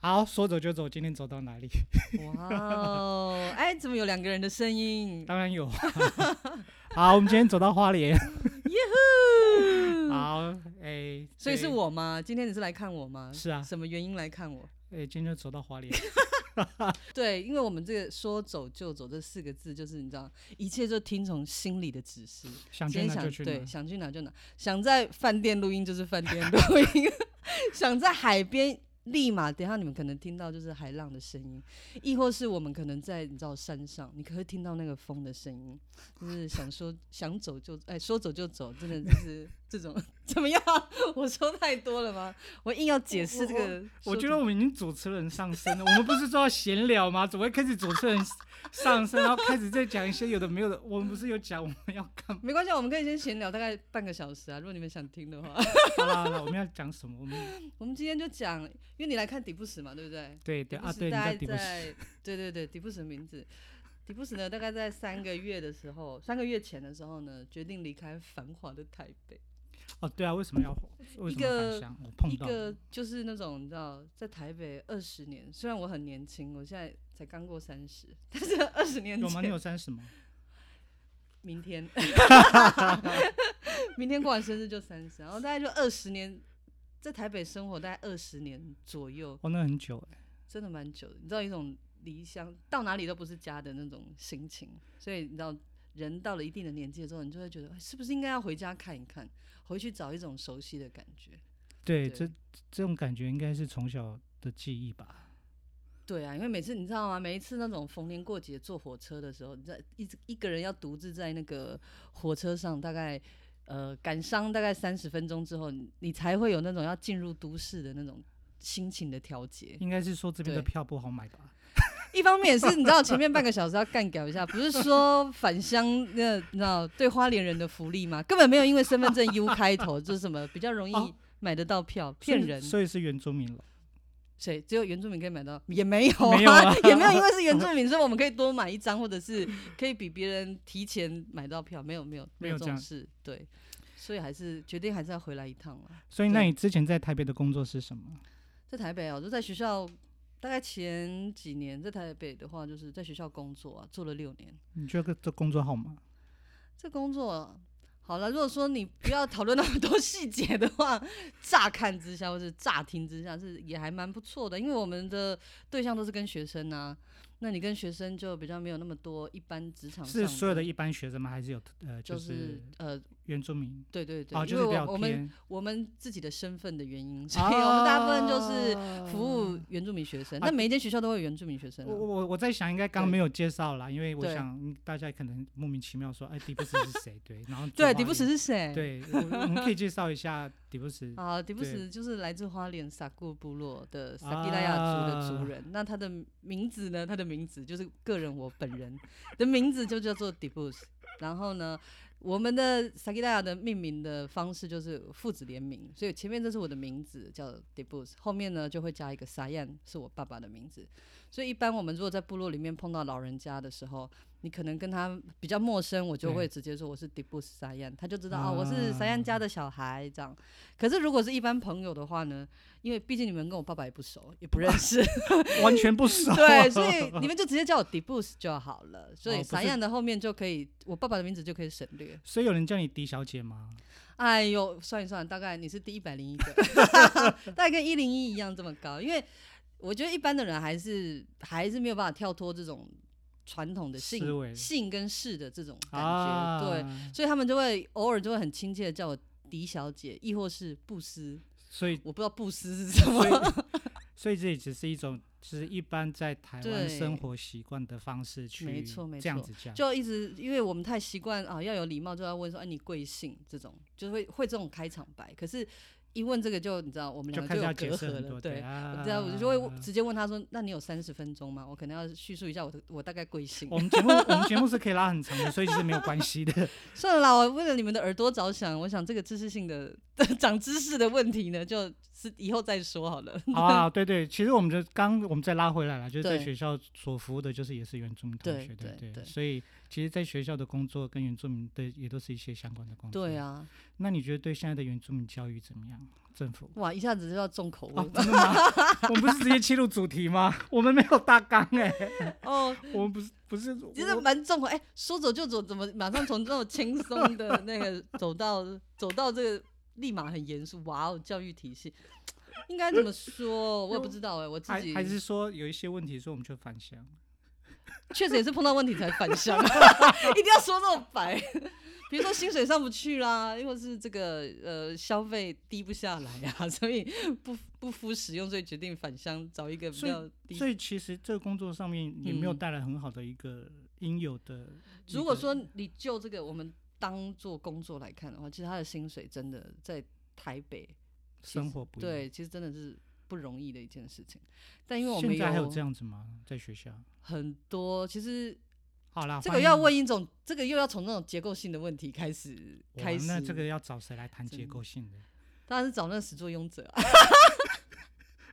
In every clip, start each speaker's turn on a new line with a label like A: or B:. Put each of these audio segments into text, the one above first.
A: 好，说走就走，今天走到哪里？
B: 哇哦，哎，怎么有两个人的 声音？
A: 当然有。好，我们今天走到花莲。
B: 耶呼！
A: 好，哎、
B: 嗯所以是
A: 对。
B: 我吗？今天你是来看我吗？
A: 是啊
B: 什么原因来看我？
A: 哎、今天就走到花 莲。
B: 对，因为我们这个“说走就走”这四个字，就是你知道，一切就听从心里的指示。
A: 想
B: 今
A: 去
B: 天
A: 哪
B: 想
A: 就去
B: 对，
A: 哪。
B: 想去哪就哪，想在饭店录音就是饭店录音， 想在海边立马，等一下你们可能听到就是海浪的声音，亦或是我们可能在你知道山上，你可会听到那个风的声音，就是想说想走就哎说走就走，真的就是这种 怎么样？我说太多了吗？我硬要解释这个说
A: 我
B: 走，
A: 觉得我们已经主持人上身了。我们不是说要闲聊吗？怎么会开始主持人 上身，然后开始再讲一些有的没有的？我们不是有讲我们要干嘛？
B: 没关系，我们可以先闲聊大概半个小时啊，如果你们想听的话，
A: 好啦好啦，我们要讲什么？我们
B: 我们今天就讲，因为你来看底部史嘛，对不对？
A: 对对啊，对，
B: 不是
A: 你
B: 大
A: 在
B: 概
A: 底部是
B: 在对对对，迪布什名字，迪布什呢，大概在三个月的时候，三个月前的时候呢，决定离开繁华的台北，
A: 哦，对啊，为什么要为什么要返
B: 个
A: 乡？我碰
B: 一
A: 到
B: 个
A: 了
B: 就是那种你知道，在台北二十年，虽然我很年轻，我现在才刚过三十，但是二十年
A: 有吗？你
B: 前，
A: 有三十吗？
B: 明天，明天过完生日就三十，然后大概就二十年。在台北生活大概二十年左右，
A: 哦，那很久哎、
B: 真的蛮久的。你知道一种离乡到哪里都不是家的那种心情，所以你知道人到了一定的年纪的时候，你就会觉得哎是不是应该要回家看一看，回去找一种熟悉的感觉。
A: 对，
B: 对
A: 这这种感觉应该是从小的记忆吧。
B: 对啊，因为每次你知道吗？每一次那种逢年过节坐火车的时候，你在一直一个人要独自在那个火车上，大概呃感伤大概三十分钟之后，你你才会有那种要进入都市的那种心情的调节。
A: 应该是说这边的
B: 对
A: 票不好买吧？
B: 一方面也是你知道前面半个小时要干掉一下，不是说返乡那你知道对花莲人的福利吗？根本没有因为身份证 U 开头就是什么比较容易
A: 哦
B: 买得到票，骗
A: 所以
B: 人。
A: 所以是原住民了。
B: 谁只有原住民可以买到？也没有啊，
A: 没有啊
B: 也没有因为是原住民，所以我们可以多买一张，或者是可以比别人提前买到票。没有没有
A: 没有
B: 这
A: 这
B: 种
A: 样
B: 事，对。所以还是决定还是要回来一趟了。
A: 所以那
B: 对
A: 你之前在台北的工作是什么？
B: 在台北啊，我就在学校，大概前几年在台北的话，就是在学校工作啊，做了六年。
A: 你觉得这工作好吗？
B: 这工作好了，如果说你不要讨论那么多 细节的话，乍看之下或是乍听之下是也还蛮不错的，因为我们的对象都是跟学生啊，那你跟学生就比较没有那么多一般职场上
A: 是所有的一般学生吗？还是有呃，
B: 就是是呃，
A: 原住民？
B: 对对对，
A: 哦，
B: 因
A: 就
B: 为
A: 是比
B: 我
A: 较
B: 我们
A: 偏，
B: 我们自己的身份的原因，所以我们大部分就是
A: 是
B: 服务原住民学生。
A: 啊
B: 那每一间学校都会有原住民学生、
A: 哦我
B: 啊，
A: 我我在想，应该刚刚
B: 对
A: 没有介绍啦，因为我
B: 对
A: 想嗯大家可能莫名其妙说，哎，迪布斯是 谁？对，然后
B: 对，
A: 做
B: 迪布
A: 花
B: 什
A: 莲，
B: 是谁？。
A: 对，我我们可以介绍一下迪布斯。
B: 啊，迪布
A: 对
B: 什就是来自花莲萨固部落的萨基拉雅族的族
A: 啊
B: 人。那他的名字呢？他的名字就是个人我本人的名字就叫做迪布什。然后呢，我们的萨基拉雅的命名的方式就是父子联名，所以前面这是我的名字叫迪布什，后面呢就会加一个萨燕，是我爸爸的名字。所以一般我们如果在部落里面碰到老人家的时候，你可能跟他比较陌生，我就
A: 对
B: 会直接说我是迪布什萨燕，他就知道哦我是萨燕家
A: 啊
B: 的小孩这样。可是如果是一般朋友的话呢，因为毕竟你们跟我爸爸也不熟，也不认 识，
A: 完全不熟。
B: 对，所以你们就直接叫我 Debus 就好了。所
A: 哦
B: 以
A: 不是
B: 散样的后面就可以，我爸爸的名字就可以省略。
A: 所以有人叫你迪小姐吗？
B: 哎呦，算一算，大概你是第一百零一个， 大概跟一零一一样这么高，因为我觉得一般的人还是还是没有办法跳脱这种传统的
A: 思
B: 姓
A: 维
B: 姓跟氏的这种感觉，
A: 啊，
B: 对，，所以他们就会偶尔就会很亲切的叫我。迪小姐，亦或是布斯，
A: 所以
B: 我不知道布斯是什么
A: 所。以所以这也只是一种，就是一般在台湾
B: 对
A: 生活习惯的方式去，
B: 没错没
A: 这样
B: 错
A: 子讲。
B: 就一直因为我们太习惯啊，要有礼貌就要问说，哎、你贵姓？这种就会会这种开场白。可是，一问这个就你知道，我们
A: 哦就
B: 两个
A: 开始要
B: 就
A: 解
B: 有
A: 释
B: 隔
A: 很
B: 阂
A: 多，
B: 了，对。
A: 啊，
B: 这样我就会直接问他说：“那你有三十分钟吗？我可能要叙述一下我的我大概贵姓。
A: 我们节目我们节目是可以拉很长的，所以其实没有关系 的。
B: 算了啦，我为了你们的耳朵着想，我想这个知识性的长知识的问题呢，就是以后再说好了。
A: 好啊，对对，其实我们就刚我们再拉回来了，就是在
B: 对
A: 学校所服务的，就是也是原住民同
B: 对
A: 学，
B: 对
A: 对
B: 对
A: 所以其实，在学校的工作跟原住民的也都是一些相关的工作。
B: 对。啊，
A: 那你觉得对现在的原住民教育怎么样？政府。
B: 哇，一下子就要重口味
A: 哦，真的吗？ 我们不是直接切入主题吗？ 我们没有大纲哎、
B: 哦，
A: 我们不是不是，
B: 其实
A: 我
B: 蛮重口。哎、说走就走，怎么马上从这种轻松的 那个走到走到这个，立马很严肃。哇哦，教育体系应该怎么说？我也不知道哎、我自
A: 还
B: 己
A: 还是说有一些问题，所以我们就返乡。
B: 确实也是碰到问题才返 乡，一定要说这么白。比如说薪水上不去啦，或是这个呃消费低不下来啊，所以不不敷使用，所以决定返乡找一个比
A: 所以
B: 较低
A: 所以其实这个工作上面也没有带来很好的一个应有的一个。
B: 如果说你就这个我们当做工作来看的话，其实他的薪水真的在台北其实
A: 生活不易，
B: 对，其实真的是不容易的一件事情。但因为我们
A: 现在还有
B: 有
A: 这样子吗？在学校？
B: 很多，其实
A: 好啦，
B: 这
A: 欢
B: 个
A: 迎
B: 要问一种，这个又要从那种结构性的问题开始
A: 哇
B: 开始。
A: 那这个要找谁来谈
B: 真
A: 结
B: 的
A: 构性的？
B: 当然是找那个始作俑者啊，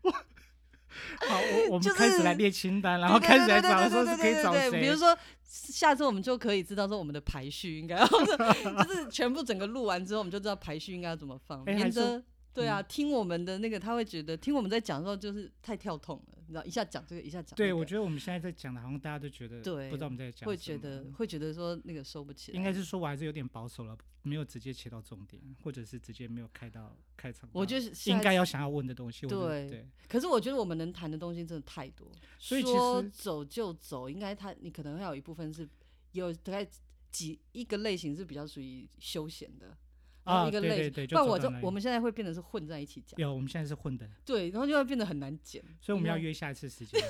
A: 好，我我们
B: 就是
A: 开始来列清单，然后
B: 对
A: 开始来
B: 对对
A: 找
B: 对
A: 说
B: 对
A: 是
B: 对
A: 可以
B: 对
A: 找
B: 对
A: 谁。
B: 比如说，下次我们就可以知道说我们的排序应该要是，就是全部整个录完之后，我们就知道排序应该要怎么放，
A: 哎还
B: 免
A: 是
B: 得。对啊，听我们的那个，他会觉得听我们在讲的时候就是太跳痛了，你知道，一下讲这个，一下讲、那
A: 对，我
B: 个
A: 觉得我们现在在讲的，好像大家都觉得
B: 对
A: 不知道我们在讲什么。
B: 会觉得会觉得说那个收不起来。
A: 应该是说我还是有点保守了，没有直接切到重点，或者是直接没有开到开场到。
B: 我觉得下
A: 应
B: 一
A: 该
B: 次
A: 要想要问的东西。我觉得
B: 对
A: 对，
B: 可是我觉得我们能谈的东西真的太多，
A: 所以其
B: 说
A: 实
B: 走就走，应该他你可能会有一部分是有大概几一个类型是比较属于休闲的，然后
A: 啊，
B: 一个
A: 对
B: 类型，
A: 对对，
B: 不然我
A: 就走到
B: 就
A: 那里
B: 我们现在会变成是混在一起讲，
A: 有我们现在是混的，
B: 对，然后就会变得很难剪。
A: 所以我们要
B: 因为
A: 约下一次时间。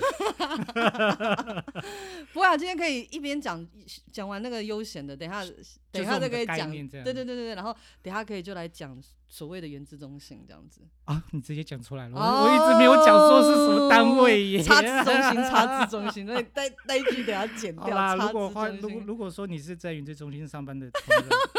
B: 不会啊，今天可以一边讲讲完那个悠闲的，等一下
A: 就
B: 等
A: 是我
B: 一下
A: 们
B: 再可
A: 的
B: 以
A: 概
B: 讲，
A: 念这样
B: 对对对对对，然后等一下可以就来讲所谓的原子中心这样子。
A: 啊，你直接讲出来了，我我一直没有讲说是什么单位耶。
B: 差值哦中心，差值中心，那那那一句等下剪
A: 好
B: 掉。
A: 啦，
B: 差
A: 如
B: 值
A: 果
B: 中
A: 欢
B: 心，
A: 如果如果说你是在云志中心上班的同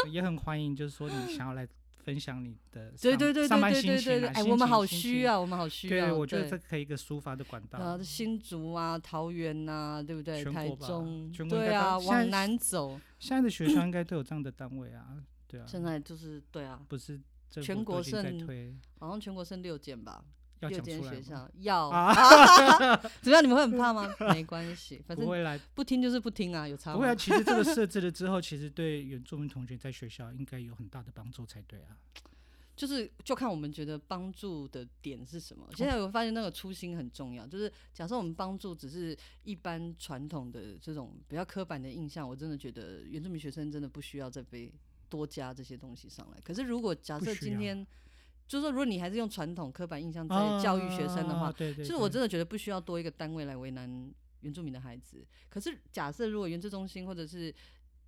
A: 仁， 也很欢迎，就是说你想要来分享你的
B: 对
A: 上
B: 对对
A: 上
B: 对
A: 班
B: 对
A: 心
B: 对对
A: 情
B: 对，
A: 啊，
B: 哎，
A: 心
B: 我们
A: 情
B: 好
A: 心
B: 虚
A: 情。
B: 啊，我们好虚啊。
A: 对，我觉得
B: 对
A: 这可以一个抒发的管道。
B: 啊，新竹啊，桃园呐、对不对？
A: 全
B: 台
A: 国吧
B: 中，
A: 全国应
B: 对
A: 该
B: 啊，
A: 都现在
B: 往南走，
A: 现在的学校应该都有这样的单位啊，对啊，
B: 现在就是对啊，
A: 不是政
B: 全
A: 府都
B: 国
A: 已经在
B: 剩
A: 推，
B: 好像全国剩六间吧，
A: 要
B: 六
A: 讲
B: 间
A: 出来
B: 学
A: 吗？
B: 校要、
A: 啊
B: 怎么样？你们会很怕 吗？没关系，反
A: 不
B: 正
A: 会来，
B: 不听就是不听啊，有差
A: 不会啊。
B: 吗？
A: 其实这个设置了之后，其实对原住民同学在学校应该有很大的帮助才对啊。
B: 就是就看我们觉得帮助的点是什么。现在我发现那个初心很重要，就是假设我们帮助只是一般传统的这种比较刻板的印象，我真的觉得原住民学生真的不需要再被多加这些东西上来。可是如果假
A: 不
B: 设
A: 需
B: 今
A: 要
B: 天，就是说如果你还是用传统刻板印象在
A: 啊
B: 教育学生的话，
A: 对对，
B: 就是我
A: 对
B: 真的觉得不需要多一个单位来为难原住民的孩子。可是假设如果原住中心或者是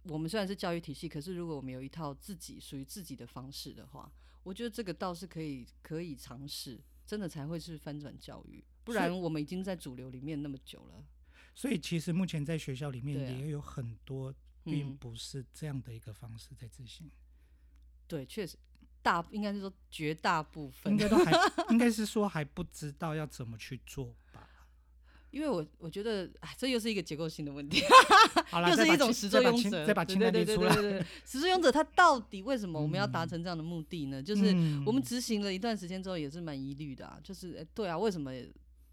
B: 我们虽然是教育体系，可是如果我们有一套自己属于自己的方式的话，我觉得这个倒是可以可以尝试，真的才会是翻转教育。不
A: 所以
B: 然我们已经在主流里面那么久了，
A: 所以其实目前在学校里
B: 对啊
A: 面也有很多并
B: 嗯，
A: 不是这样的一个方式在执行，
B: 对，确实大应该是说绝大部分
A: 应，该 都还应该是说还不知道要怎么去做 吧。
B: 因为我我觉得哎，这又是一个结构性的问题。
A: 好了，
B: 又
A: 再
B: 是
A: 把
B: 一种
A: 清
B: 始作
A: 再把
B: 俑
A: 清
B: 者，
A: 再把
B: 对
A: 清单
B: 对
A: 列
B: 对
A: 出
B: 对
A: 来，
B: 对对始作俑者他到底为什么我们要达
A: 嗯
B: 成这样的目的呢？就是
A: 嗯
B: 我们执行了一段时间之后，也是蛮疑虑的啊。就是，哎对啊，为什么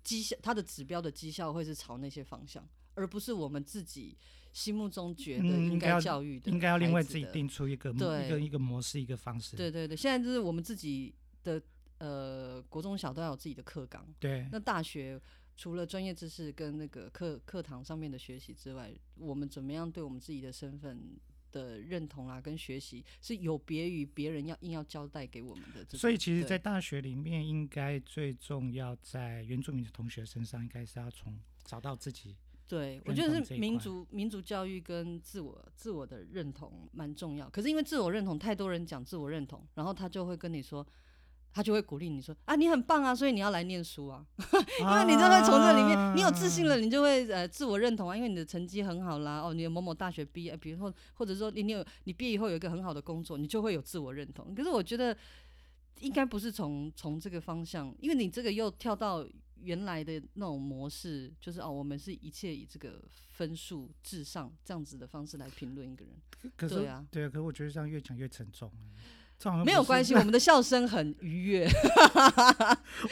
B: 绩效它的指标的绩效会是朝那些方向，而不是我们自己心目中觉得
A: 嗯
B: 应
A: 应该要
B: 教育的，
A: 应该要另外自己。定出一个一个
B: 对
A: 一个模式一个方式。
B: 对对对，现在就是我们自己的呃，国中小都要有自己的课纲，
A: 对
B: 那大学除了专业知识跟那个课课堂上面的学习之外，我们怎么样对我们自己的身份的认同啦、跟学习是有别于别人要硬要交代给我们的这种。
A: 所以其实，
B: 对
A: 在大学里面，应该最重要在原住民的同学身上，应该是要从找到自己。
B: 对，我
A: 认
B: 觉
A: 同
B: 得
A: 这
B: 是
A: 一
B: 民
A: 块
B: 族民族教育跟自我自我的认同蛮重要。可是因为自我认同，太多人讲自我认同，然后他就会跟你说。他就会鼓励你说啊，你很棒啊，所以你要来念书啊， 因为你就会从这里
A: 啊
B: 面，你有自信了，你就会呃自我认同啊，因为你的成绩很好啦，哦，你的某某大学毕业，比如说或者说你你有你毕业以后有一个很好的工作，你就会有自我认同。可是我觉得应该不是从从这个方向，因为你这个又跳到原来的那种模式，就是哦，我们是一切以这个分数至上这样子的方式来评论一个人。
A: 可是
B: 对啊
A: 对啊，可是我觉得这样越讲越沉重。这好像
B: 没有
A: 不是
B: 关系，我，们的笑声很愉悦，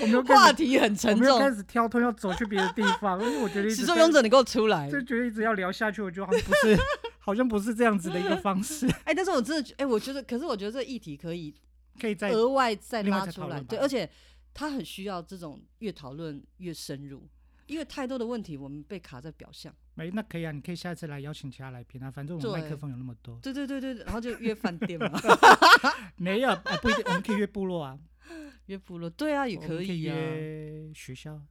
A: 我们又开始
B: 话题很沉
A: 我们又开
B: 重。
A: 始挑吞，要走去别的地方，因为我觉得一
B: 始
A: 直
B: 作
A: 在
B: 俑者，你给我出来！
A: 就觉得一直要聊下去，我觉 得好像不是，好像不是这样子的一个方式，
B: 哎，但是我真的觉，哎，我觉得，可是我觉得这议题可以
A: 可以再
B: 额外再
A: 另外
B: 拉
A: 再讨
B: 出来，
A: 论吧
B: 对，而且他很需要这种越讨论越深入，因为太多的问题我们被卡在表象，
A: 没那可以啊，你可以下一次来邀请其他来宾啊，反正我们
B: 对
A: 麦克风有那么多，
B: 对对对对，对然后就约饭 店嘛，
A: 没有 哎不一定，我们可以约部落啊，
B: 约部落，对 啊，也
A: 我们可
B: 以啊，
A: 约学校啊，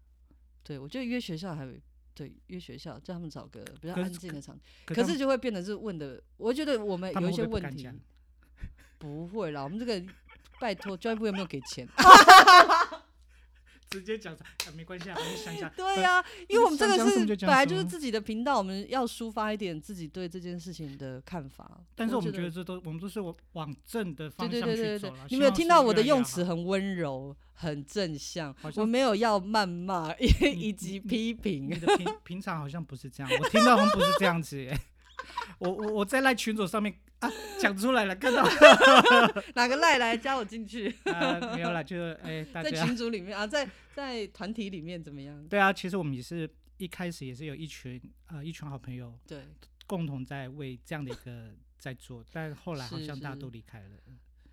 B: 对我觉得约学校还对约学校，叫他们找个比较
A: 可是
B: 安静的场地，
A: 他
B: 可
A: 们
B: 是就会变得是问的，我觉得我们
A: 他
B: 有
A: 们
B: 一
A: 会
B: 些
A: 不会
B: 问
A: 不敢
B: 题
A: 讲
B: 不会啦，我们 这个拜托教育部有没有给钱？
A: 直接讲，啊没关系啊，我们想一下，
B: 对呀、因为我们这个
A: 想讲什么就
B: 是本
A: 讲
B: 来
A: 什
B: 就是
A: 么
B: 自己的频道，我们要抒发一点自己对这件事情的看法。
A: 但是我们
B: 觉
A: 觉得这都我们都是往往正的
B: 对
A: 方
B: 对
A: 向
B: 对
A: 去
B: 对
A: 走
B: 对
A: 了。，
B: 你
A: 希
B: 没有
A: 望
B: 听
A: 是
B: 到
A: 越
B: 我的
A: 来越
B: 用
A: 好
B: 词很温柔、很正向
A: 好，
B: 我
A: 像嗯
B: 没有要谩骂以
A: 你
B: 以及
A: 你
B: 批评
A: 你。 的平平常好像不是这样，我听到好像不是这样子耶。 我我我在赖群组上面啊讲出来了，看到 了、
B: 哪个赖来加我进去？
A: 啊、没有啦，就是哎、大
B: 在
A: 家
B: 群组里面啊，在在团体里面怎么样？
A: 对啊，其实我们也是一开始也是有一群呃一群好朋友
B: 对，
A: 共同在为这样的一个在做，但后来好
B: 是
A: 像大家
B: 是
A: 都离开了，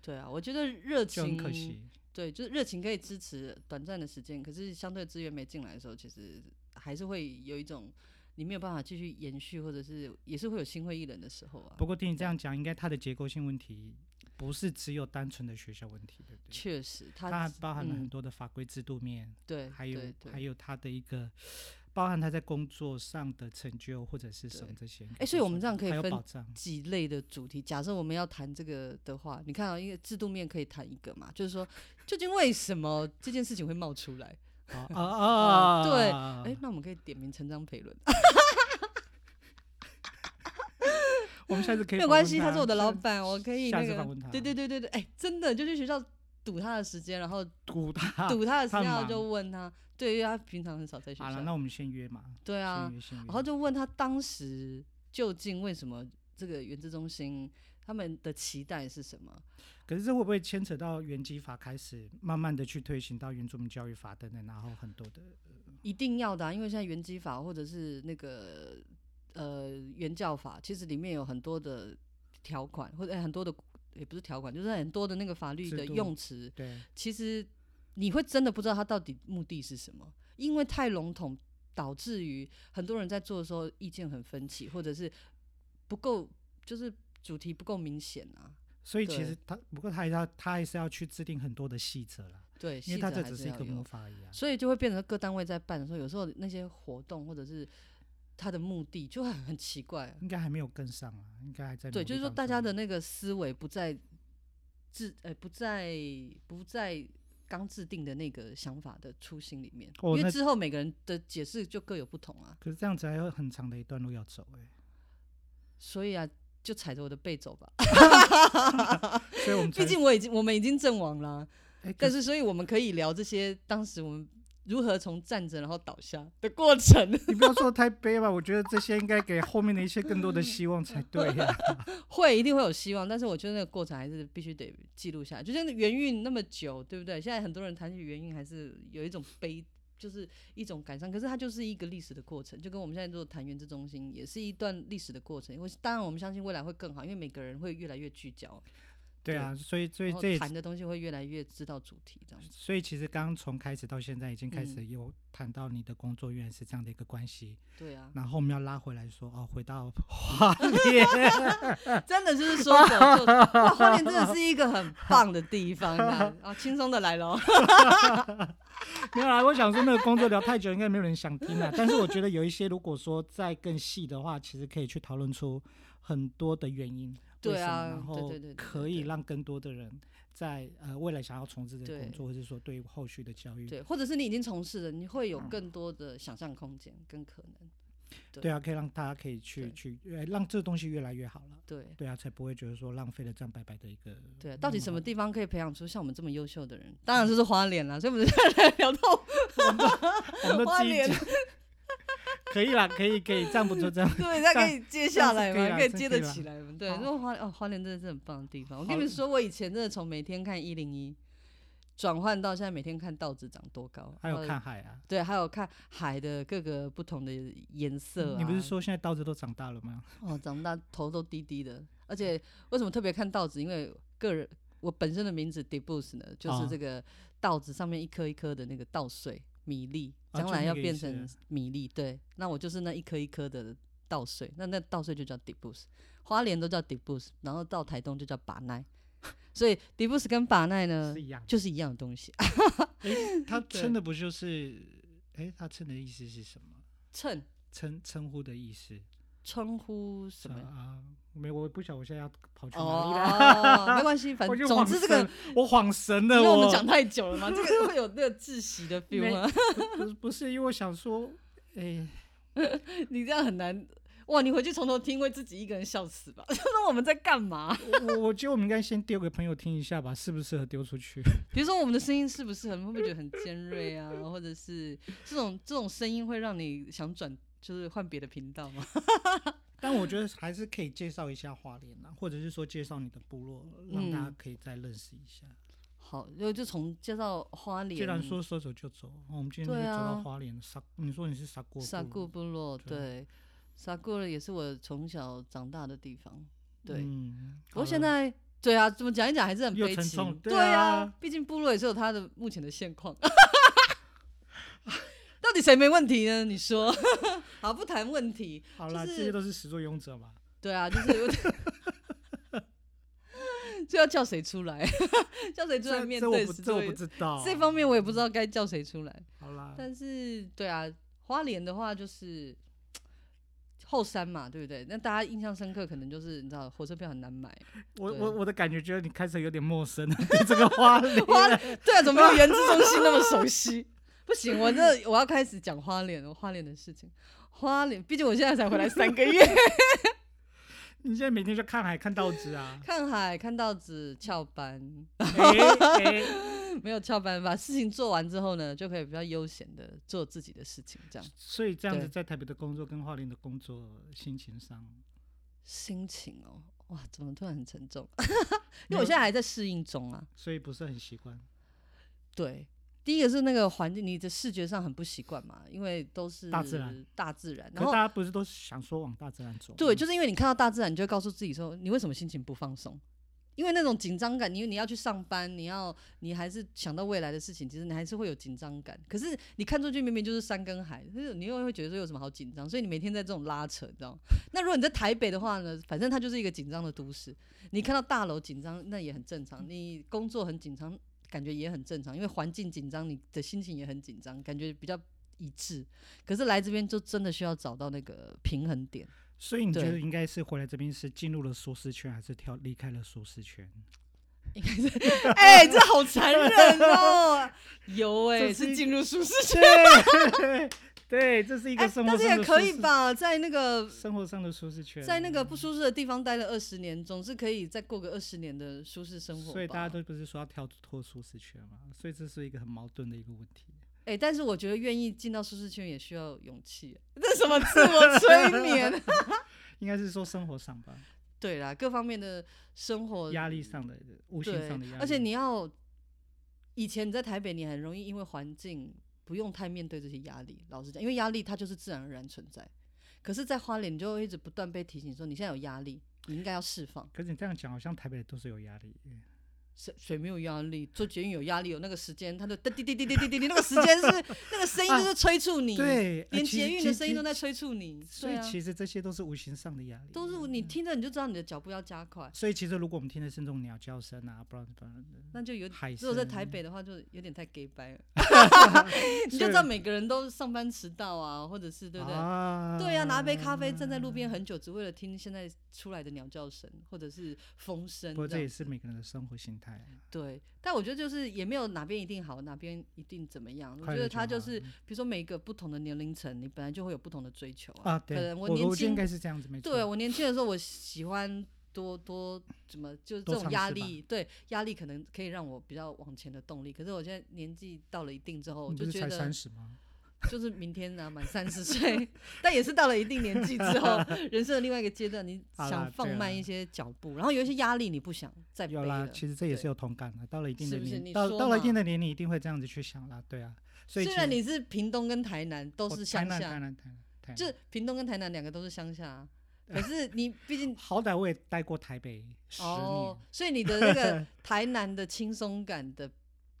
B: 对啊，我觉得热
A: 就很
B: 情
A: 可惜。
B: 对，就是热情可以支持短暂的时间，可是相对资源没进来的时候，其实还是会有一种你没有办法继续延续，或者是也是会有心灰意冷的时候啊
A: 不。过听你这样讲，应该它的结构性问题不是只有单纯的学校问题，对不对？
B: 确实，他
A: 它还包含了
B: 嗯
A: 很多的法规制度面，
B: 对，
A: 还有
B: 对对
A: 还有他的一个，包含他在工作上的成就或者是什么
B: 对
A: 这些。
B: 诶所以我们这样可以
A: 还有
B: 分
A: 保 障，
B: 几类的主题。假设我们要谈这个的话，你看啊，因为制度面可以谈一个嘛，就是说究竟为什么这件事情会冒出来？
A: 啊啊啊！
B: 对
A: 啊
B: 哎、那我们可以点名陈章培伦，啊
A: 我们下次可以
B: 没有
A: 访
B: 关
A: 问
B: 系，他是我的老 板，我可以
A: 下
B: 那
A: 次访
B: 个
A: 问他，
B: 对对对对对，哎、真的就去学校堵他的时间，然后
A: 堵他。
B: 堵他的时
A: 啊他
B: 间，然后
A: 忙
B: 就问他，对，因为他平常很少在学
A: 好了，
B: 校，
A: 那我们先约嘛，
B: 对啊
A: 先，约先约。
B: 然后就问他当时究竟为什么这个原子中心他们的期待是什么？
A: 可是这会不会牵扯到原基法开始慢慢的去推行到原住民教育法等等，然后很多的
B: 一定要的、啊，因为现在原基法或者是那个呃原教法，其实里面有很多的条款，或者、哎很多的也不是条款，就是很多的那个法律
A: 制
B: 的
A: 度
B: 用词，
A: 对
B: 其实你会真的不知道它到底目的是什么，因为太笼统，导致于很多人在做的时候意见很分歧，或者是不够，就是主题不够明显啊。
A: 所以其
B: 对
A: 实他不过他还是要他还是要去制定很多的细则啦，
B: 对，
A: 因为
B: 细
A: 他
B: 则
A: 这
B: 还
A: 只
B: 是
A: 是一
B: 要
A: 个
B: 有
A: 魔法而已啊。
B: 所以就会变成各单位在办的时候，有时候那些活动或者是它的目的就很很奇怪啊、
A: 应该还没有跟上啊，应该还在
B: 对，
A: 努力
B: 就是说
A: 当
B: 大家
A: 中
B: 的那个思维不在制，呃，不在不在刚制定的那个想法的初心里面，
A: 哦
B: 因为
A: 那
B: 之后每个人的解释就各有不同啊。
A: 可是这样子还有很长的一段路要走哎、
B: 所以啊，就踩着我的背走吧。
A: 所以我们才
B: 毕竟我已经我们已经阵亡 了啊，
A: 哎、可
B: 但是所以我们可以聊这些当时我们如何从战争然后倒下的过程，
A: 你不要说得太悲吧，我觉得这些应该给后面的一些更 多的希望才对啊呀、
B: 会一定会有希望，但是我觉得那个过程还是必须得记录下来。就像元运那么久，对不对？现在很多人谈起元运，还是有一种悲，就是一种感伤。可是它就是一个历史的过程，就跟我们现在做谈原子中心，也是一段历史的过程。因为当然我们相信未来会更好，因为每个人会越来越聚焦，
A: 对啊，所以所以
B: 然后
A: 这也
B: 谈的东西会越来越知道主题，这样子。
A: 所以其实刚刚从开始到现在已经开始
B: 嗯
A: 有谈到你的工作原来是这样的一个关系，
B: 对啊，
A: 然后我们要拉回来说哦，回到花 莲，
B: 真的就是说走就走。哇，花莲真的是一个很棒的地方 啊！啊，轻松的来了哦，
A: 没有啦，我想说那个工作聊太久，应该没有人想听啦。但 是我觉得有一些如果说再更细的话，其实可以去讨论出很多的原因，
B: 对
A: 为什么
B: 啊
A: 然
B: 对
A: 后
B: 对对对对
A: 可以
B: 对
A: 让更多的人在呃未来想要从事这个
B: 对
A: 工作，或者说对于后续的教育，
B: 对，或者是你已经从事了，你会有
A: 嗯
B: 更多的想象空间跟可能。对
A: 对啊，可以让大家可以去
B: 对
A: 去呃让这个东西越来越好了。
B: 对
A: 对啊，才不会觉得说浪费了这样白白的一个。嗯
B: 对，啊到底
A: 那
B: 什么
A: 好
B: 地方可以培养出像我们这么优秀的人？当 然 就是花脸啦，所以我们现在来聊到
A: 我们都
B: 花
A: 自己
B: 莲
A: 讲， 可以啦，可以可以，这样不错，这样
B: 对，它可以接下来
A: 这样是
B: 嘛，
A: 可以啦
B: 以接得
A: 这样可
B: 起
A: 以
B: 来嘛。对，
A: 好
B: 因为花哦，花莲真的是很棒的地方。我跟
A: 好
B: 你们说，我以前真的从每天看一零一，转换到现在每天看稻子长多高，
A: 还有
B: 呃
A: 看海啊。
B: 对，还有看海的各个不同的颜色、啊
A: 嗯你不是说现在稻子都长大了吗？
B: 哦，长大头都低低的，而且为什么特别看稻子？因为个人我本身的名字 Debus 呢，就
A: 啊
B: 是这个稻子上面一颗一颗的那个稻穗米粒，
A: 啊
B: 将
A: 就
B: 来
A: 那
B: 要
A: 个意
B: 变
A: 思
B: 成米粒。对，那我就是那一颗一颗的稻穗，那那稻穗就叫 Debus，花莲都叫 Debus，然后到台东就叫把奈， 所以 Debus 跟把奈呢
A: 是一样的。
B: 就是一样的东西。 啊
A: 诶，哎他
B: 对
A: 称的不就是？诶，他称的意思是什么？
B: 称
A: 称称呼的意思？
B: 称呼什
A: 啊
B: 么？
A: 啊？没，我不晓得我现在要跑去哪里了。
B: 哦，没关系，反
A: 我
B: 正
A: 就
B: 总
A: 晃
B: 之这
A: 神
B: 个
A: 了我晃神了，
B: 因 为我
A: 我
B: 们讲太久了 嘛，这个会有那个窒息 的 feel
A: 没
B: 吗？
A: 不是不是，因为我想说，哎诶，
B: 你这样很难哇！你回去从头听，会自己一个人笑死吧？ 就是我们在干嘛？
A: 我我我觉得我们应该先丢给朋友听一下吧，适不适合丢出去？
B: 比如说我们的声音是不是很会不会觉得很尖锐啊？或者是这种这种声音会让你想转，就是换别的频道吗？
A: 但我觉得还是可以介绍一下花莲啊，或者是说介绍你的部落，让大家
B: 嗯
A: 可以再认识一下。
B: 好，就就从介绍花莲，
A: 既然说说走就走，哦我们今天就
B: 对
A: 走到
B: 啊
A: 花莲沙，你说你是沙锅
B: 沙
A: 部
B: 固
A: 落
B: 部落，
A: 对
B: 对，沙固也是我从小长大的地方，对。
A: 嗯，
B: 不过
A: 好
B: 现
A: 了
B: 在对啊，怎么讲一讲还是很
A: 又
B: 悲
A: 沉重
B: 情。
A: 对啊
B: 啊，毕竟部落也是有它的目前的现况。 到底谁没问题呢？你说， 好不谈问题。
A: 好啦，
B: 就
A: 这些
B: 是
A: 都是始作俑者嘛。
B: 对啊，就是有点 就要叫谁出来， 叫谁出来
A: 这
B: 面
A: 这我
B: 对
A: 不
B: 始
A: 这
B: 作
A: 我不
B: 俑
A: 知道，啊
B: 这方面我也不知道该叫谁出来。
A: 好啦，
B: 但是对啊，花莲的话就是后山嘛，对不对？那大家印象深刻可能就是你知道火车票很难买，
A: 我
B: 对
A: 我我的感觉觉得你开始有点陌生了， 对这个花莲，
B: 花对啊，怎 么没有原子中心那么熟悉？ 不行，我这我要开始讲花莲了，花莲的事情。花莲，毕竟我现在才回来三个月，，
A: 你现在每天就看海看稻子啊
B: 看海看到子翘班，
A: 哎哎，
B: 没有翘班，把事情做完之后呢，就可以比较悠闲的做自己的事情，这样
A: 所以这样子
B: 对
A: 在台北的工作跟花莲的工作心情上，
B: 心情哦，哇，怎么突然很沉 重？
A: 没
B: 因为
A: 有
B: 我现在还在适应中啊。
A: 所以不是很习惯。
B: 对，第一个是那个环境，你的视觉上很不习惯嘛，因为都是
A: 大自然，
B: 大自然，
A: 可
B: 然
A: 是
B: 后
A: 大家不是都想说往大自然走吗？
B: 对，就是因为你看到大自然，你就会告诉自己说，你为什么心情不放松？因为那种紧张感，因为你要去上班，你要你还是想到未来的事情，其实你还是会有紧张感。可是你看出去明明就是山跟海，就是你又会觉得说有什么好紧张？所以你每天在这种拉扯，你知道吗？ 那如果你在台北的话呢，反正它就是一个紧张的都市，你看到大楼紧张那也很正常，你工作很紧张感觉也很正常，因为环境紧张，你的心情也很紧张，感觉比较一致。可是来这边就真的需要找到那个平衡点。
A: 所以你觉
B: 对
A: 得应该是回来这边是进入了舒适圈，还是跳离开了舒适圈？
B: 应该是， 哎、这好残忍哦！ 有哎、
A: 这是一
B: 是进入舒适区，
A: 对 对，这是一
B: 哎、
A: 个生活
B: 但是
A: 上
B: 也
A: 的
B: 可
A: 舒
B: 以
A: 适？
B: 吧，在那个
A: 生活上的舒适圈，
B: 在那个不舒适的地方待了二十年，总是可以再过个二十年的舒适生活吧。
A: 所以大家都不是说要跳脱舒适圈嘛，所以这是一个很矛盾的一个问题。
B: 哎、但是我觉得愿意进到舒适圈也需要勇气。啊 这什么自我催眠？
A: 应该是说生活上吧，
B: 对啦，各方面的生活
A: 压力上的、无形
B: 呃对
A: 上的压力，
B: 而且你要以前你在台北，你很容易因为环境不用太面对这些压力。老实讲，因为压力它就是自然而然存在。可是，在花莲，你就会一直不断被提醒说，你现在有压力，你应该要释放。
A: 可是你这样讲，好像台北人都是有压力。
B: 谁谁没有压力？做捷运有压力，有那个时间，它的滴滴滴滴滴滴滴，那个时间是那个声音就是催促你，，
A: 啊对，呃
B: 连
A: 其实
B: 捷运
A: 其
B: 的
A: 实
B: 声音都在催促你。
A: 所
B: 对
A: 以
B: 啊，
A: 其实嗯这些都是无形上的压力，
B: 都是你听着你就知道你的脚步要加快，
A: 所以其实如果我们听的是那种鸟叫声啊，不然不然
B: 那呃就有
A: 海
B: 如果
A: 声，
B: 在台北的话，就有点太 gay 掰 了，你就知道每个人都上班迟到啊，或者是对不对？
A: 啊，
B: 对啊，拿杯咖啡站在路边很久，只为了听现在出来的鸟叫声或者是风声
A: 不过
B: 这
A: 这
B: 样
A: 也
B: 子。
A: 是每个人的生活形态啊。
B: 对，但我觉得就是也没有哪边一定好，哪边一定怎么样。我
A: 快乐嗯
B: 觉得
A: 就
B: 它就
A: 好
B: 是，比如说每个不同的年龄层，你本来就会有不同的追求啊。
A: 啊，
B: 可
A: 对，
B: 能我
A: 我
B: 年
A: 我觉得应
B: 轻
A: 该是这样子，没错。
B: 对我年轻的时候，我喜欢多多怎么就是
A: 多
B: 这种
A: 尝
B: 压
A: 试吧
B: 力，对压力可能可以让我比较往前的动力。可是我现在年纪到了一定之后，我
A: 你不
B: 就是觉
A: 才
B: 得
A: 三十吗？
B: 就是明天呢、满三十岁，但也是到了一定年纪 之后，人生的另外一个阶段，你
A: 好
B: 想
A: 啦
B: 放
A: 对啦
B: 慢一些脚步，然后有一些压力你不想再背
A: 有啦，
B: 了。
A: 其实这也是
B: 对
A: 有同感的。到了一定
B: 是
A: 的
B: 不是
A: 年，
B: 你
A: 到
B: 说
A: 到了一
B: 嘛
A: 定的年龄，你一定会这样子去想啦。对啊，所以
B: 虽
A: 其
B: 然
A: 实
B: 你是屏东跟台南都
A: 我
B: 是
A: 台
B: 乡
A: 南
B: 下
A: 台，南台南台南，
B: 就是屏东跟台南两个都是乡下啊， 可是你毕竟
A: 好歹我也待过台北十
B: 哦
A: 年，，
B: 所以你的那 个台南的轻松感的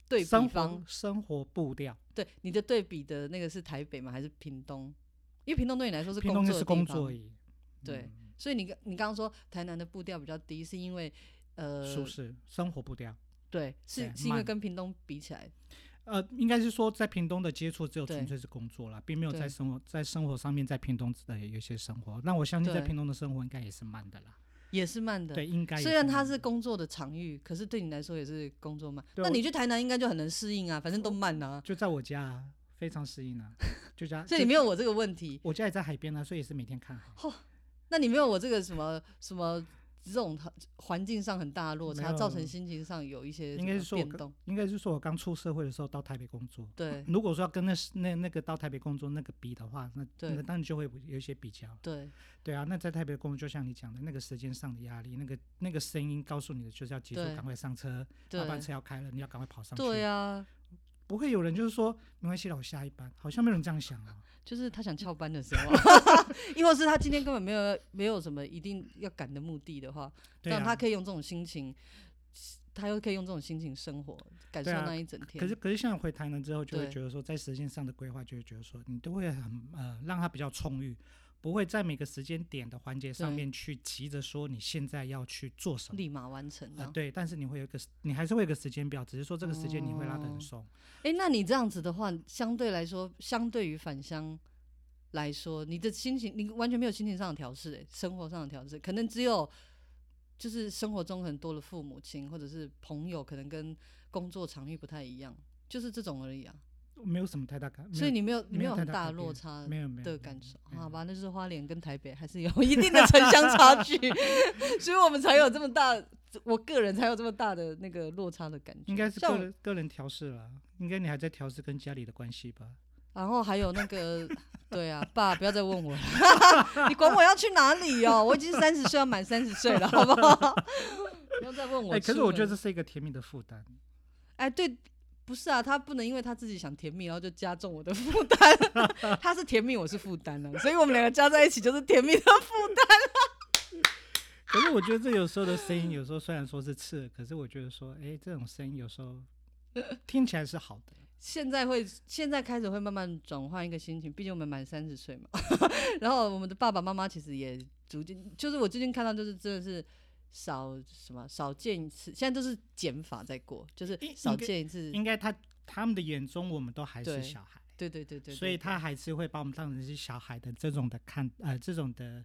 B: 对比
A: 生
B: 方
A: 活，生活步调，
B: 对你的对比的那个是台北吗？还是屏东？因为屏东对你来说是
A: 屏
B: 工
A: 东
B: 作
A: 就
B: 的
A: 是
B: 地
A: 工
B: 方
A: 作而已，
B: 对
A: 嗯，
B: 所以你刚你刚刚说台南的步调比较低，是因为呃，
A: 舒适生活步调。
B: 对，是
A: 对
B: 是因为
A: 慢
B: 跟屏东比起来，
A: 呃，应该是说在屏东的接触只有
B: 对
A: 纯粹是工作啦，并没有
B: 对
A: 在生活在生活上面在屏东的有一些生活。那我相信在
B: 对
A: 屏东的生活应该也是慢的啦，
B: 也是慢的。
A: 对，应该也
B: 虽然它
A: 慢
B: 是
A: 的
B: 工作的场域，可是对你来说也是工作慢。
A: 对
B: 那
A: 我
B: 你去台南应该就很能适应啊，反正都慢啊，
A: 就在我家、啊，非常适应啊，就家，
B: 所以你
A: 就
B: 没有我这个问题。
A: 我家也在海边啊，所以也是每天看海。
B: 那你没有我这个什么什么这种环境上很大的落
A: 没
B: 差，造成
A: 有
B: 心情上有一些
A: 应该
B: 什么
A: 是说我
B: 变
A: 跟
B: 动。
A: 应该是说我刚出社会的时候到台北工作，
B: 对
A: 如果说要跟那是那那个到台北工作那个比的话，那
B: 对
A: 那当然就会有一些比较。
B: 对
A: 对啊，那在台北工作，就像你讲的那个时间上的压力，那个那个声音告诉你的就是要急速
B: 对
A: 赶快上车，
B: 对
A: 下班车要开了，你要赶快跑上去。
B: 对啊，
A: 不会有人就是说没关系了，我下一班，好像没有人这样想啊。
B: 就是他想翘班的 时候，亦或是他今天根本没有没有什么一定要赶的目的的话，
A: 对
B: 让
A: 啊，
B: 他可以用这种心情，他又可以用这种心情生活，感受
A: 对啊
B: 那一整天。
A: 可是可是像回台南之后，就会
B: 对
A: 觉得说在时间上的规划，就会觉得说你都会很呃让它比较充裕，不会在每个时间点的环节上
B: 对
A: 面去急着说你现在要去做什么。
B: 立马完成
A: 啊、
B: 啊！
A: 对，但是你会有一个时，你还是会有一个时间表，只是说这个时间你会拉得
B: 哦
A: 很松。
B: 哎、那你这样子的话，相对来说，相对于返乡来说，你的心情，你完全没有心情上的调试、诶生活上的调试，可能只有就是生活中很多的父母亲或者是朋友，可能跟工作场域不太一样，就是这种而已啊。
A: 没有什么太大感，没
B: 所以
A: 有
B: 你没有
A: 没
B: 你没
A: 有
B: 有
A: 太
B: 很
A: 大
B: 大
A: 改
B: 的落
A: 变
B: 差
A: 没有没有没
B: 的
A: 有
B: 感受，
A: 没有
B: 好吧？那就是花莲跟台北还是有 一定的城乡差距，所以我们才有这么大，我个人才有这么大的那个落差的感觉。
A: 应该是
B: 像
A: 个
B: 我
A: 人个人调试了，应该你还在调试跟家里的关系吧？
B: 然后还有那个， 对啊，爸，不要再问我了， 你管我要去哪里哦？我已经三十岁，要满三十岁了，好不好？ 不要再问我
A: 哎、
B: 出
A: 可
B: 了。
A: 是我觉得这是一个甜蜜的负担。
B: 哎，对，不是啊，他不能因为他自己想甜蜜，然后就加重我的负担。 他是甜蜜，我是负担啊，所以我们两个加在一起就是甜蜜的负担。
A: 可是我觉得这有时候的声音，有时候虽然说是刺耳，可是我觉得说，哎、这种声音有时 候听起来是好的。
B: 现在会，现在开始会慢慢转换一个心情，毕竟我们满三十岁嘛。 然后我们的爸爸妈妈其实也逐渐，就是我最近看到，就是真的是。少什么少见一次，现在都是减法在过，就是
A: 应
B: 少
A: 应该
B: 见一次，
A: 应该他他们的眼中，我们都还
B: 对
A: 是小孩，
B: 对对对对对，
A: 所以他还是会把我们当成是小孩的这种的看，呃，这种的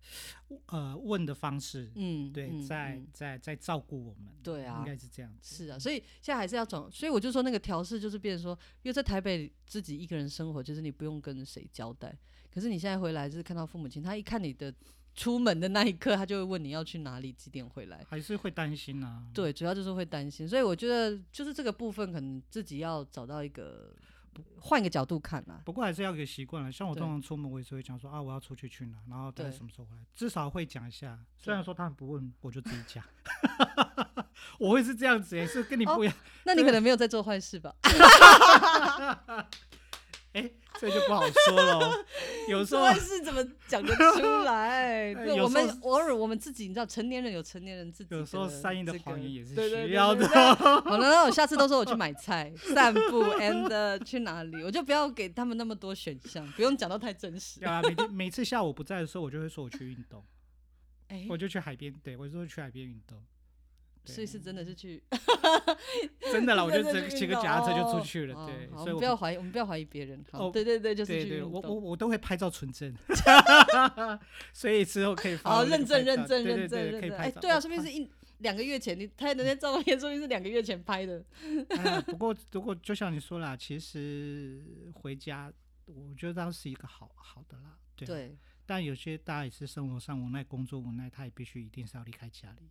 A: 呃问的方式，
B: 嗯，
A: 对，
B: 嗯
A: 在
B: 嗯
A: 在在照顾我们。
B: 对啊
A: 应该是这样子。
B: 是啊，所以现在还是要转，所以我就说那个调试就是变成说，因为在台北自己一个人生活，就是你不用跟谁交代。可是你现在回来，就是看到父母亲，他一看你的出门的那一刻，他就会问你要去哪里，几点回来。
A: 还是会担心啊。
B: 对，主要就是会担心，所以我觉得就是这个部分，可能自己要找到一个换一个角度看啦、
A: 不过还是要有个习惯了。像我
B: 对
A: 通常出门，我也是会讲说啊，我要出去去哪，然后大概
B: 对
A: 什么时候回来，至少会讲一下。虽
B: 对
A: 然说他们不问，我就自己讲。 我会是这样子、欸，是跟你
B: 哦
A: 不一样。
B: 那你可能没有在做坏事吧？
A: 哎、这就不好说了哦。有时
B: 做
A: 候
B: 啊坏事怎么讲得出来？
A: 呃
B: 对，
A: 有
B: 我
A: 时候
B: 们偶尔我们自己，你知道，成年人有成年人自己、
A: 有时候善意的谎言也是
B: 对对对
A: 需要的
B: 对对对好了，那我下次都说我去买菜、散步 and 去哪里，我就不要给他们那么多选项，不用讲到太真实。
A: 对啊，每天每次下午不在的时候，我就会说我去运动，
B: 哎、
A: 我就去海边。对，我就会去海边运动。对
B: 所以是真的是去，
A: 真 的啦，我就
B: 真的
A: 整
B: 去
A: 骑个
B: 运
A: 脚踏车
B: 动
A: 就
B: 哦
A: 出去了。
B: 哦
A: 对，
B: 好，我
A: 所以
B: 们
A: 我
B: 不要怀疑，我们不要怀疑别人。好，
A: 哦
B: 对对对，就是
A: 对
B: 去
A: 对，
B: 运
A: 我
B: 动
A: 我我都会拍照存证， 所以之后可以发
B: 好，
A: 那个
B: 哦认
A: 拍
B: 真
A: 照
B: 认真
A: 对
B: 认真
A: 对对，
B: 认
A: 可以
B: 真。
A: 拍
B: 哎，
A: 照。
B: 对啊，
A: 我
B: 说不定是一两个月前，你拍的那照片，说不定是两个月前拍的。
A: 哎不过如果就像你说啦，其实回家，我觉得当是一个好好的啦， 对啊。
B: 对，
A: 但有些大家也是生活上无奈、工作无奈，他也必须一定是要离开家里。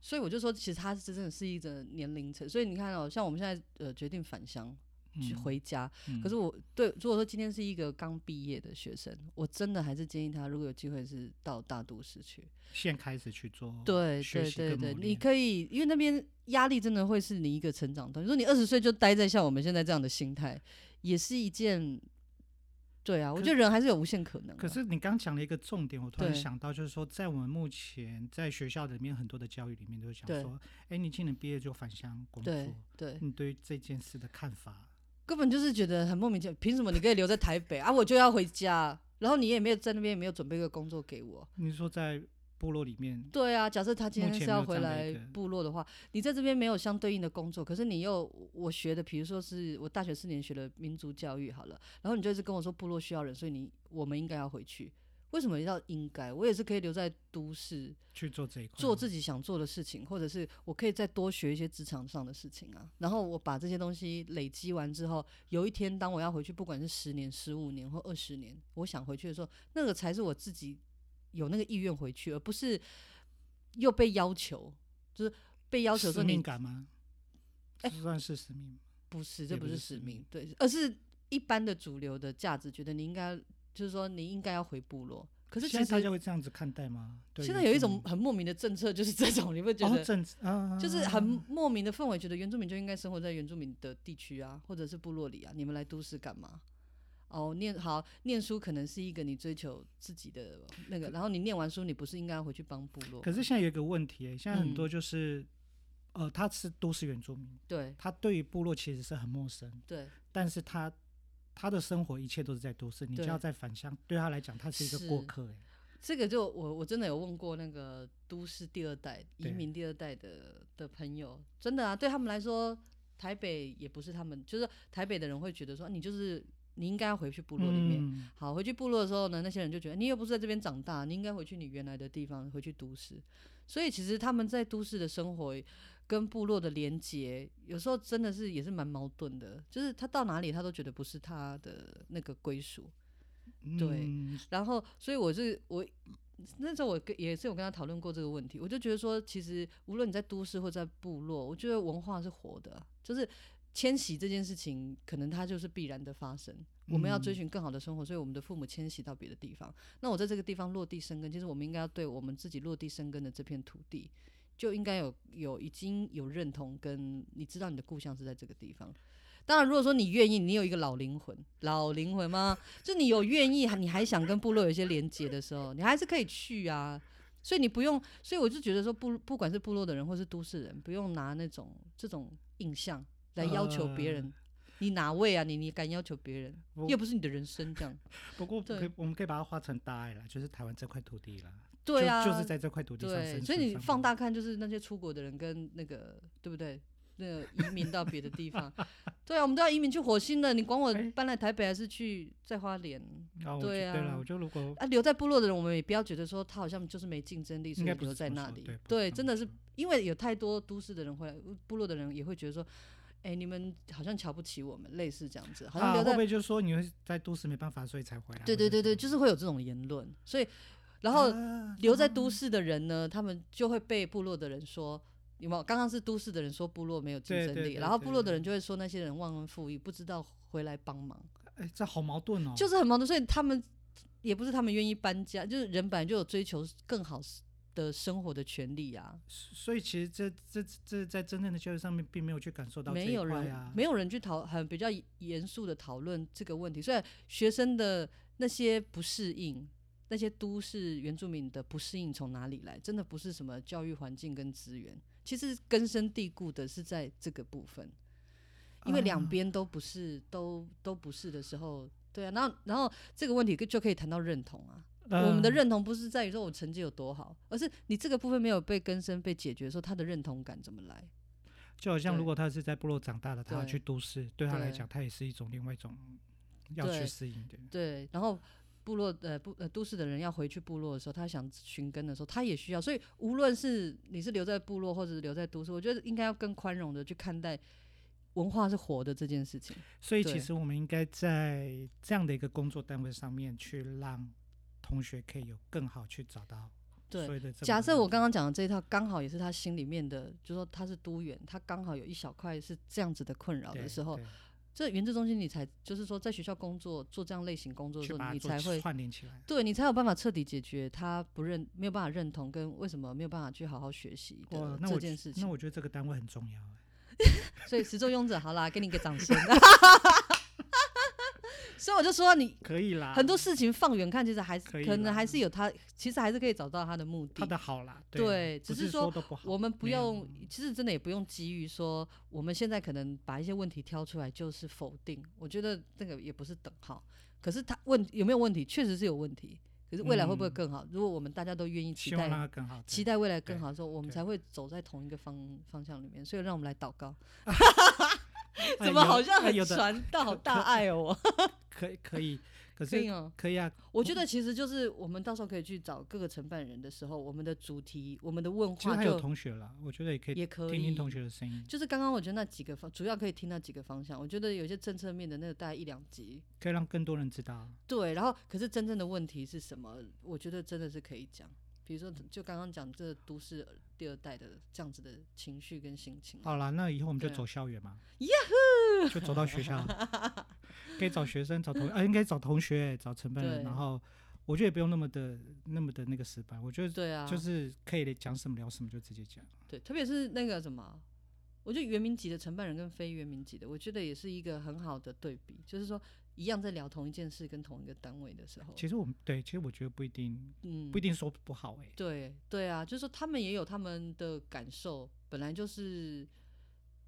B: 所以我就说，其实它是真的是一个年龄层。所以你看哦，像我们现在呃决定返乡，去
A: 嗯
B: 回家。
A: 嗯
B: 可是我对，如果说今天是一个刚毕业的学生，我真的还是建议他，如果有机会是到大都市去。
A: 现开始去做，
B: 对
A: 学
B: 对
A: 习跟
B: 对对，
A: 磨
B: 你
A: 练
B: 可以，因为那边压力真的会是你一个成长段。如果你二十岁就待在像我们现在这样的心态，也是一件，对啊，我
A: 可
B: 觉得人还是有无限可能啊。
A: 可是你刚讲了一个重点，我突然
B: 对
A: 想到，就是说，在我们目前在学校里面很多的教育里面，都会讲
B: 对
A: 说，哎，你今年毕业就返乡工
B: 对
A: 作，
B: 对，
A: 你对这件事的看法？
B: 根本就是觉得很莫名其妙，凭什么你可以留在台北啊，我就要回家，然后你也没有在那边也没有准备一个工作给我。
A: 你说在部落里面，
B: 对啊，假设他今
A: 目前
B: 天是
A: 没
B: 要
A: 有这
B: 回
A: 样的
B: 来
A: 一个
B: 部落的话，你在这边没有相对应的工作，可是你又我学的，比如说是我大学四年学的民族教育好了，然后你就一直跟我说部落需要人，所以你我们应该要回去。为什么要应该？我也是可以留在都市
A: 去做这一块吗，
B: 做自己想做的事情，或者是我可以再多学一些职场上的事情啊。然后我把这些东西累积完之后，有一天当我要回去，不管是十年、十五年或二十年，我想回去的时候，那个才是我自己有那个意愿回去，而不是又被要求，就是被要求说
A: 使
B: 你
A: 命感吗？
B: 哎
A: 算是使命吗，
B: 不是，
A: 也
B: 这
A: 不
B: 不是
A: 是
B: 使
A: 使
B: 命
A: 命，
B: 对，而是一般的主流的价值，觉得你应该就是说你应该要回部落。可是其
A: 现在大家
B: 实
A: 会这样子看待吗？对
B: 现在
A: 原
B: 有一
A: 住
B: 种
A: 民
B: 很莫名的政策，就是这种，你会觉
A: 哦
B: 得
A: 政治啊，
B: 就是很莫名的氛围，觉得原住民就应该生活在原住民的地区啊，或者是部落里啊，你们来都市干嘛？哦，念好念书可能是一个你追求自己的那个，然后你念完书，你不是应该要回去帮部落？
A: 可是现在有一个问题、欸，现在很
B: 嗯
A: 多就是，呃，他是都市原住民，
B: 对
A: 他对于部落其实是很陌生，
B: 对，
A: 但是他他的生活一切都是在都市，你就
B: 对
A: 要在返乡，对他来讲，他是一个过
B: 是
A: 客、欸，
B: 这个就我我真的有问过那个都市第二代移
A: 对
B: 民第二代的的朋友，真的啊，对他们来说，台北也不是他们，就是台北的人会觉得说，你就是你应该要回去部
A: 部
B: 落里面，
A: 嗯、
B: 好，回去部落的时候呢，那些人就觉得你又不是在这边长大，你应该回去你原来的地方，回去都市。所以其实他们在都市的生活跟部落的连结，有时候真的是也是蛮矛盾的。就是他到哪里，他都觉得不是他的那个归属。对
A: 嗯
B: 然后，所以我是我那时候我跟也是有跟他讨论过这个问题，我就觉得说，其实无论你在都市或在部落，我觉得文化是活的，啊就是迁徙这件事情，可能它就是必然的发生。我们要
A: 嗯
B: 追寻更好的生活，所以我们的父母迁徙到别的地方。那我在这个地方落地生根，其实我们应该要对我们自己落地生根的这片土地，就应该有有已经有认同，跟你知道你的故乡是在这个地方。当然，如果说你愿意，你有一个老灵魂，老灵魂吗？就你有愿意，你还想跟部落有一些连接的时候，你还是可以去啊。所以你不用，所以我就觉得说不，不管是部落的人或是都市人，不用拿那种这种印象来要求别
A: 呃
B: 人。你哪位啊？你你敢要求别人？
A: 嗯不
B: 又不是你的人生这样。
A: 不过
B: 对
A: 可以我们可以把它划成大爱啦，就是台湾这块土地啦，
B: 对
A: 就
B: 啊，
A: 就是在这块土地上
B: 对，
A: 生
B: 所以
A: 存
B: 你
A: 上
B: 放
A: 面
B: 大看，就是那些出国的人跟那个对不对？那个移民到别的 地方，对啊，我们都要移民去火星了。你管我
A: 哎
B: 搬来台北还是去在花莲
A: 啊，我
B: 对
A: 觉对
B: 啊
A: 了，我觉得如果
B: 啊？留在部落的人，我们也不要觉得说他好像就是没竞争力，所
A: 应
B: 以
A: 该不
B: 留
A: 是
B: 在
A: 这么
B: 那
A: 说
B: 里
A: 对不。是
B: 对，
A: 这
B: 真
A: 么
B: 的是
A: 说
B: 因为有太多都市的人回来，部落的人也会觉得说，哎，你们好像瞧不起我们，类似这样子，好像
A: 啊，
B: 留
A: 会
B: 在
A: 不会就是说你会在都市没办法，所以才回来？
B: 对
A: 或者
B: 对对对，
A: 什啊
B: 就是会有这种言论，所以然后
A: 么，
B: 留在都市的人呢，他们就会被部落的人说。有没有？刚刚是都市的人说部落没有竞
A: 对
B: 争力，
A: 对对
B: 然后
A: 对
B: 部落的人就会说那些人忘恩负义，不知道回来帮忙，
A: 哎、这好矛盾哦，
B: 就是很矛盾。所以他们也不是他们愿意搬家，就是人本来就有追求更好的生活的权利啊。
A: 所以其实这这这在真正的教育上面，并没有去感受到这
B: 没
A: 一
B: 有
A: 块
B: 人、
A: 啊，
B: 没有人去讨很比较严肃的讨论这个问题。虽然学生的那些不适应，那些都市原住民的不适应从哪里来，真的不是什么教育环境跟资源，其实根深蒂固的是在这个部分，因为两
A: 啊
B: 边都不是，都都不是的时候。对啊，然后然后这个问题就可以谈到认同啊，我们的
A: 呃
B: 认同不是在于说我成绩有多好，而是你这个部分没有被根深被解决的时候，他的认同感怎么来？
A: 就好像
B: 对
A: 如果他是在部落长大的，他要
B: 对
A: 去都市，对他来
B: 对
A: 讲，他也是一种另外一种要
B: 对
A: 去适应的。
B: 对，然后部落呃部呃都市的人要回去部落的时候，他想寻根的时候，他也需要。所以无论是你是留在部落或者是留在都市，我觉得应该要更宽容的去看待文化是活的这件事情。
A: 所以其
B: 对
A: 实我们应该在这样的一个工作单位上面，去让同学可以有更好去找到所
B: 对
A: 谓的这么
B: 假
A: 个
B: 设
A: 认
B: 我刚
A: 同
B: 刚讲的这一套，刚好也是他心里面的，就说他是都员，他刚好有一小块是这样子的困扰
A: 对
B: 的时候，
A: 对
B: 这原子中心你才就是说在学校工作做这样类型工作的
A: 去
B: 时
A: 把
B: 候，
A: 它
B: 你
A: 做
B: 才会
A: 串联起来。
B: 对你才有办法彻底解决他不认没有办法认同跟为什么没有办法去好好学习
A: 哇
B: 的
A: 那
B: 这
A: 我觉
B: 件事情
A: 那。我觉得这个单位很重要欸。
B: 所以始作俑者，好啦，给你一个 掌声。所以我就说你。
A: 可以啦，
B: 很多事情放远看，其实还是
A: 啊可以
B: 可能
A: 啦
B: 还是有他，其实还是可以找到他的目
A: 他
B: 的。
A: 的好啦，
B: 对
A: 对啊，
B: 只
A: 不
B: 是
A: 是
B: 说
A: 都不好，
B: 我们不
A: 没有
B: 用，其实真的也不用急于说，我们现在可能把一些问题挑出来就是否定。我觉得这个也不是等号。可是他问有没有问题，确实是有问题。可是未来会不会
A: 嗯
B: 更好？如果我们大家都愿意期
A: 希望让
B: 待，
A: 它更好。
B: 期
A: 待
B: 待未来更
A: 对
B: 好的时候，我们
A: 对
B: 才会走在同一个方方向里面。所以让我们来祷告。
A: 哎
B: 怎么
A: 有
B: 好像
A: 哎
B: 很
A: 有的
B: 传道大爱哦？
A: 可以可以，可
B: 可 以
A: 是
B: 哦。
A: 可以啊，
B: 我觉得其实就是我们到时候可以去找各个承办人的时候，我们的主题、我们的问
A: 其实
B: 话
A: 还有
B: 就
A: 同学啦，我觉得也可以
B: 也可
A: 听
B: 以
A: 听。同学的声音，
B: 就是刚刚我觉得那几个方，主要可以听那几个方向。我觉得有些政策面的那个大概一两集，
A: 可以让更多人知道。
B: 对。然后可是真正的问题是什么？我觉得真的是可以讲。比如说，就刚刚讲这都市第二代的这样子的情绪跟心情，
A: 好啦，那以后我们就
B: 对啊
A: 走校园嘛，就走到学 校，可以找学生，找同啊，应该找同学，找承办人，
B: 对
A: 然后我觉得也不用那么的那么的那个死板，我觉得
B: 对啊，
A: 就是可以讲什么聊什么就直接讲。
B: 对，特别是那个什么，我觉得原民级的承办人跟非原民级的，我觉得也是一个很好的对比，就是说一样在聊同一件事跟同一个单位的时候，
A: 其实我们对，其实我觉得不一定
B: 嗯，
A: 不一定说不好哎、
B: 对对啊，就是说他们也有他们的感受，本来就是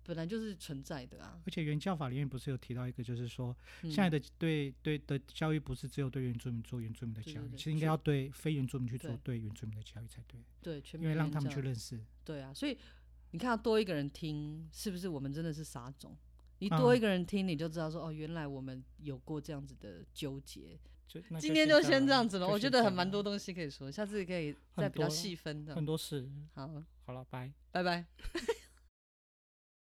B: 本来就是存在的啊。
A: 而且原教法里面不是有提到一个，就是说
B: 嗯、
A: 现在的对对的教育不是只有对原住民做原住民的
B: 对
A: 教
B: 对
A: 育，
B: 对
A: 其实应该
B: 是
A: 要对非原住民去做
B: 对
A: 对原住民的教育才对，
B: 对全
A: 因为
B: 民
A: 让
B: 原
A: 他们
B: 教
A: 去认识。
B: 对啊，所以你看到多一个人听，是不是我们真的是傻种？你多
A: 嗯
B: 一个人听，你就知道说、哦，原来我们有过这样子的纠结，
A: 就那
B: 今天就先这样
A: 啦
B: 子了，
A: 就
B: 我觉
A: 先
B: 得
A: 这
B: 很
A: 样
B: 蛮多
A: 啦
B: 东西可以说，下次可以
A: 很
B: 再比较
A: 多
B: 细分的
A: 很。多事。
B: 好，
A: 好了，拜。
B: 拜拜。